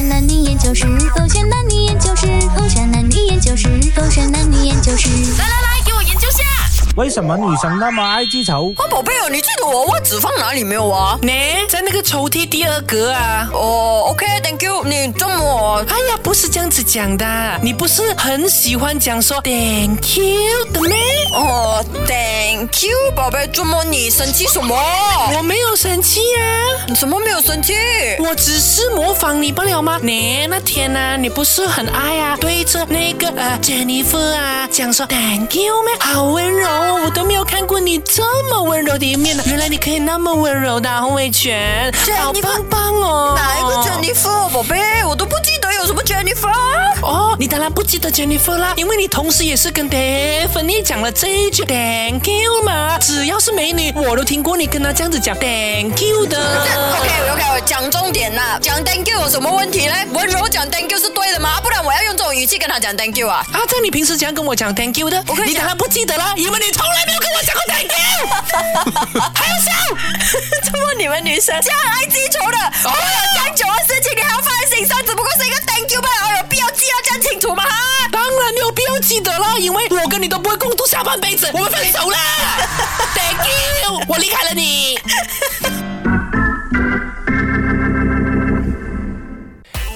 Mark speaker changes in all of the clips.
Speaker 1: 究室，狗选男女研究室，狗选男女研究室，狗选男女研究室。
Speaker 2: 来来来，给我研究下。
Speaker 3: 为什么女生那么爱记仇？
Speaker 4: 哇，宝贝哦，你记得我袜子放哪里没有啊？
Speaker 2: 呢，在那个抽屉第二格啊。
Speaker 4: 哦，OK，Thank you。你这么
Speaker 2: 哎呀，不是这样子讲的，啊你不是很喜欢讲说 thank you 的咩？
Speaker 4: 哦，Thank you，宝贝，这么你生气什么？
Speaker 2: 我没有生气啊，
Speaker 4: 你怎么没有生气？
Speaker 2: 我只是模仿你不了吗？你那天呢、啊，你不是很爱啊，对着那个呃 Jennifer 啊讲说 thank you 咩？好温柔哦，我都没有看过你这么温柔的一面呢。啊原来你可以那么温柔的、啊，洪伟全，好
Speaker 4: Jennifer-
Speaker 2: 棒棒哦。
Speaker 4: 哪一个 Jennifer，宝贝，我都不记得有什么 Jennifer。啊
Speaker 2: 哦，你当然不记得 Jennifer 啦，因为你同时也是跟 Tiffany 讲了这一句 Thank you 嘛。只要是美女，我都听过你跟她这样子讲 Thank you 的。
Speaker 4: OK OK，我讲重点啦，讲 Thank you 有什么问题呢？温柔讲 Thank you 是对的吗？不然我要用这种语气跟他讲 Thank you 啊。
Speaker 2: 啊，在你平时这样跟我讲 Thank you 的，
Speaker 4: 我跟你
Speaker 2: 你
Speaker 4: 讲
Speaker 2: 当然不记得啦，因为你从来没有跟我讲过 Thank you。
Speaker 4: 还要笑？怎么你们女生这样爱记仇的？我有讲久的事情，你还要放在心上，只不过是一个 thank you 罢了，有必要记到这样清楚吗？
Speaker 2: 当然你有必要记得啦，因为我跟你都不会共度下半辈子，我们分手 啦。Thank you，我离开了你。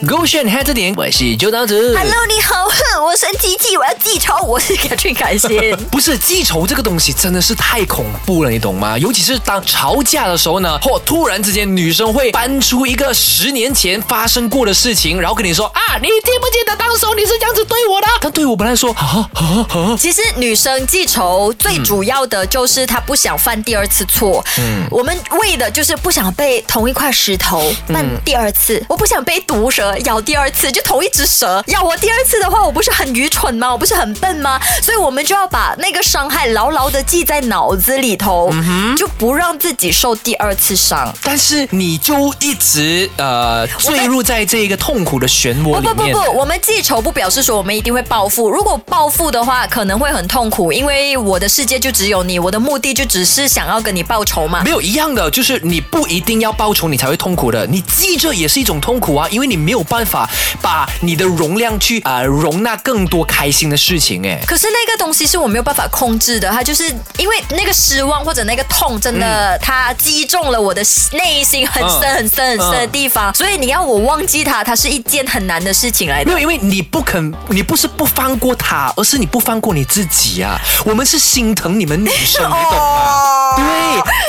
Speaker 5: 勾选 h 这点，我是周当
Speaker 2: 嗯
Speaker 5: 子。
Speaker 4: Hello，你好，哼，我生机器，我要记仇，我是 k a t r i 开心。
Speaker 5: 不是记仇这个东西真的是太恐怖了，你懂吗？尤其是当吵架的时候呢，或突然之间女生会搬出一个十年前发生过的事情，然后跟你说啊，你记不记得当时候你是这样子对我的？但对我本来说啊啊啊，
Speaker 4: 其实女生记仇最主要的就是她不想犯第二次错。嗯，我们为的就是不想被同一块石头绊第二次，我不想被毒蛇咬第二次，就同一只蛇咬我第二次的话，我不是很愚蠢吗？我不是很笨吗？所以我们就要把那个伤害牢牢的记在脑子里头，就不让自己受第二次伤。
Speaker 5: 但是你就一直呃坠入在这个痛苦的漩涡
Speaker 4: 不
Speaker 5: 里
Speaker 4: 不不
Speaker 5: 面。
Speaker 4: 不，我们记仇不表示说我们一定会报复。如果报复的话，可能会很痛苦，因为我的世界就只有你，我的目的就只是想要跟你报仇嘛
Speaker 5: 没。有一样的，就是你不一定要报仇，你才会痛苦的。你记着也是一种痛苦啊，因为你没有办法把你的容量去啊、呃容纳更多开心的事情。哎，
Speaker 4: 可是那个东西是我没有办法控制的，它就是因为那个失望或者那个痛，真的、它击中了我的内心很深
Speaker 5: 嗯
Speaker 4: 很深很深的地方，所以你要我忘记它，它是一件很难的事情来
Speaker 5: 没
Speaker 4: 的。
Speaker 5: 有，因为你不肯，你不是不放过他，而是你不放过你自己啊。我们是心疼你们女生，你 懂
Speaker 4: 哦
Speaker 5: 吗？对，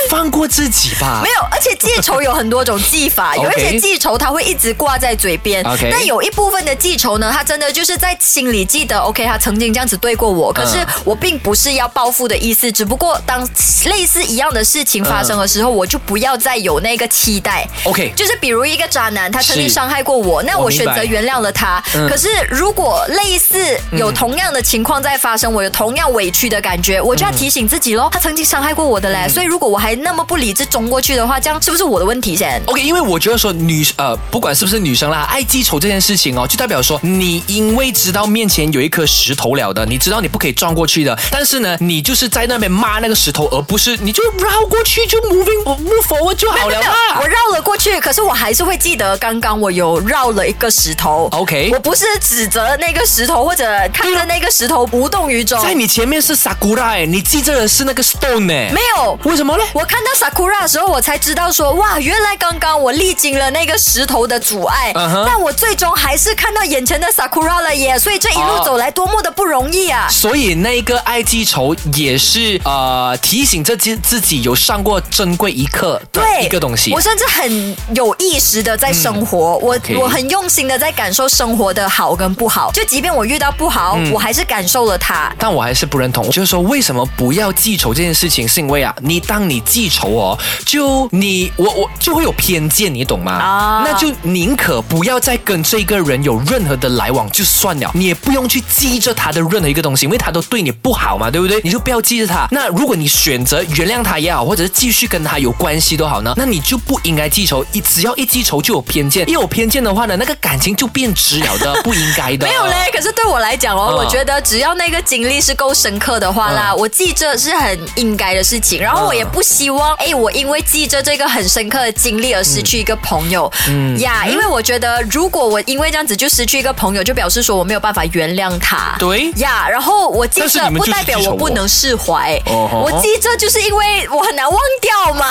Speaker 5: 放过自己吧
Speaker 4: 没。有，而且记仇有很多种记法，有一
Speaker 5: OK
Speaker 4: 些记仇它会一直挂在嘴边
Speaker 5: OK
Speaker 4: 但有一部分的记仇呢，它真的就是在心里记得，OK，他曾经这样子对过我，可是
Speaker 5: 嗯
Speaker 4: 我并不是要报复的意思，只不过当类似一样的事情发生的时候，我就不要再有那个期待。
Speaker 5: 嗯 OK，
Speaker 4: 就是比如一个渣男，他曾经
Speaker 5: 是
Speaker 4: 伤害过我，那
Speaker 5: 我
Speaker 4: 我
Speaker 5: 明
Speaker 4: 选
Speaker 5: 白
Speaker 4: 择原谅了他。
Speaker 5: 嗯
Speaker 4: 可是如果类似有同样的情况在发生，我有同样委屈的感觉，
Speaker 5: 嗯
Speaker 4: 我就要提醒自己咯，他曾经伤害过我的嘞。所以如果我还那么不理智冲过去的话，这样是不是我的问题先？
Speaker 5: OK，因为我觉得说女呃，不管是不是女生啦，爱记仇这件事情哦，就代表说你因为知道面前有一颗石头了的，你知道你不可以撞过去的，但是呢，你就是在那边骂那个石头，而不是你就绕过去就 moving 呃 move forward 就好
Speaker 4: 没有
Speaker 5: 了
Speaker 4: 没有
Speaker 5: 嘛
Speaker 4: 我。绕了过去，可是我还是会记得刚刚我有绕了一个石头。
Speaker 5: OK
Speaker 4: 我不是指责那个石头，或者看着那个石头无动于衷。
Speaker 5: 在你前面是 sakura，哎你记着的是那个 stone 哎，
Speaker 4: 没有，
Speaker 5: 为什么呢？
Speaker 4: 我看到 Sakura 的时候，我才知道说，哇，原来刚刚我历经了那个石头的阻碍
Speaker 5: 嗯哼
Speaker 4: 但我最终还是看到眼前的 Sakura 了耶！所以这一
Speaker 5: 哦
Speaker 4: 路走来多么的不容易啊！
Speaker 5: 所以那一个爱记仇也是呃提醒自己自己有上过珍贵一课的
Speaker 4: 对，
Speaker 5: 一个东西嗯
Speaker 4: 我。甚至很有意识的在生活，我
Speaker 5: OK
Speaker 4: 我很用心的在感受生活的好跟不好。就即便我遇到不好，
Speaker 5: 嗯
Speaker 4: 我还是感受了它。
Speaker 5: 但我还是不认同，就是说为什么不要记仇这件事情，是因为啊，你当你记仇哦，就你我我就会有偏见，你懂吗？
Speaker 4: 啊
Speaker 5: 那就宁可不要再跟这个人有任何的来往就算了，你也不用去记着他的任何一个东西，因为他都对你不好嘛，对不对？你就不要记着他。那如果你选择原谅他也好，或者是继续跟他有关系都好呢，那你就不应该记仇。一只要一记仇就有偏见，一有偏见的话呢，那个感情就变质了 的，不应该的。
Speaker 4: 没有嘞，可是对我来讲哦，
Speaker 5: 嗯
Speaker 4: 我觉得只要那个经历是够深刻的话啦，
Speaker 5: 嗯
Speaker 4: 我记着是很应该的事情。然后我
Speaker 5: 嗯
Speaker 4: 也不希
Speaker 5: 嗯
Speaker 4: 望，哎，我因为记着这个很深刻的经历而失去一个朋友。呀，因为我觉得如果我因为这样子就失去一个朋友，就表示说我没有办法原谅他。
Speaker 5: 对
Speaker 4: 呀然后我记
Speaker 5: 但是
Speaker 4: 着
Speaker 5: 你们
Speaker 4: 不
Speaker 5: 就是
Speaker 4: 代表
Speaker 5: 记仇
Speaker 4: 我不
Speaker 5: 哦
Speaker 4: 能释怀，
Speaker 5: 哦吼
Speaker 4: 我记着就是因为我很难忘掉嘛。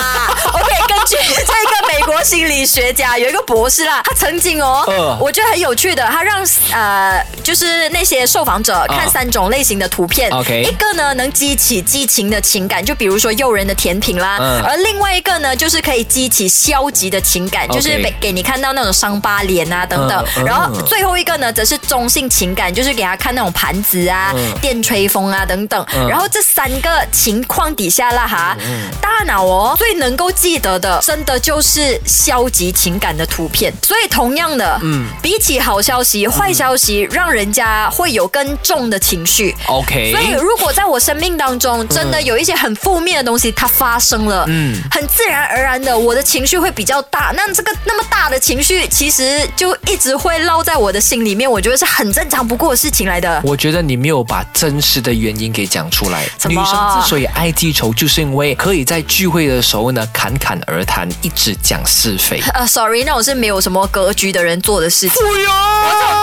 Speaker 4: OK，根 据这个美国心理学家有一个博士啦，他曾经哦，
Speaker 5: 呃
Speaker 4: 我觉得很有趣的，他让呃就是那些受访者看三种类型的图片
Speaker 5: 啊 OK
Speaker 4: 一个呢能激起激情的情感，就比如说诱人的甜品啦，
Speaker 5: 嗯
Speaker 4: 而另外一个呢就是可以激起消极的情感，就是
Speaker 5: OK
Speaker 4: 给给你看到那种伤疤脸啊等等，
Speaker 5: 嗯嗯
Speaker 4: 然后最后一个呢，则是中性情感，就是给他看那种盘子啊、
Speaker 5: 嗯
Speaker 4: 电吹风啊等等。然后这三个情况底下啦哈，
Speaker 5: 嗯
Speaker 4: 大脑哦最能够记得的，真的就是消极情感的图片。所以同样的，嗯，比起好消息，坏消息让人家会有更重的情绪。
Speaker 5: ，OK，
Speaker 4: 所以，如果在我生命当中真的有一些很负面的东西，它发生了，嗯，很自然而然的，我的情绪会比较大。那这个那么大的情绪，其实就一直会烙在我的心里面，我觉得是很正常不过的事情来的。
Speaker 5: 我觉得你没有把真实的原因给讲出来。
Speaker 4: 怎
Speaker 5: 女
Speaker 4: 么
Speaker 5: 生之所以爱记仇，就是因为可以在聚会的时候呢侃侃而谈，一直讲是 非。
Speaker 4: 呃，sorry，那种是没有什么格局的人做的事情。
Speaker 5: 不要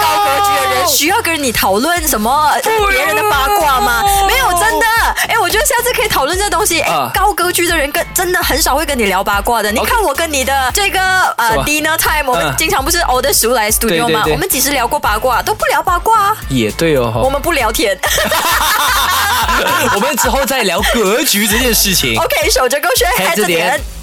Speaker 4: 高格局的人需要跟你讨论什么别人的八卦吗？没有，真的。哎，我觉得下次可以讨论这东西。哎、
Speaker 5: 啊
Speaker 4: 高格局的人跟真的很少会跟你聊八卦的。你看我跟你的这个呃
Speaker 5: 什么
Speaker 4: dinner time，我们
Speaker 5: 嗯
Speaker 4: 经常不是 order 食物来 studio 吗？
Speaker 5: 对对对
Speaker 4: 我们几时聊过八卦？都不聊八卦啊，
Speaker 5: 也对哦，
Speaker 4: 我们不聊天。
Speaker 5: 我们之后再聊格局这件事情。
Speaker 4: OK，守着勾选，
Speaker 5: 黑
Speaker 4: 黑
Speaker 5: 字
Speaker 4: 着
Speaker 5: 点
Speaker 4: 点。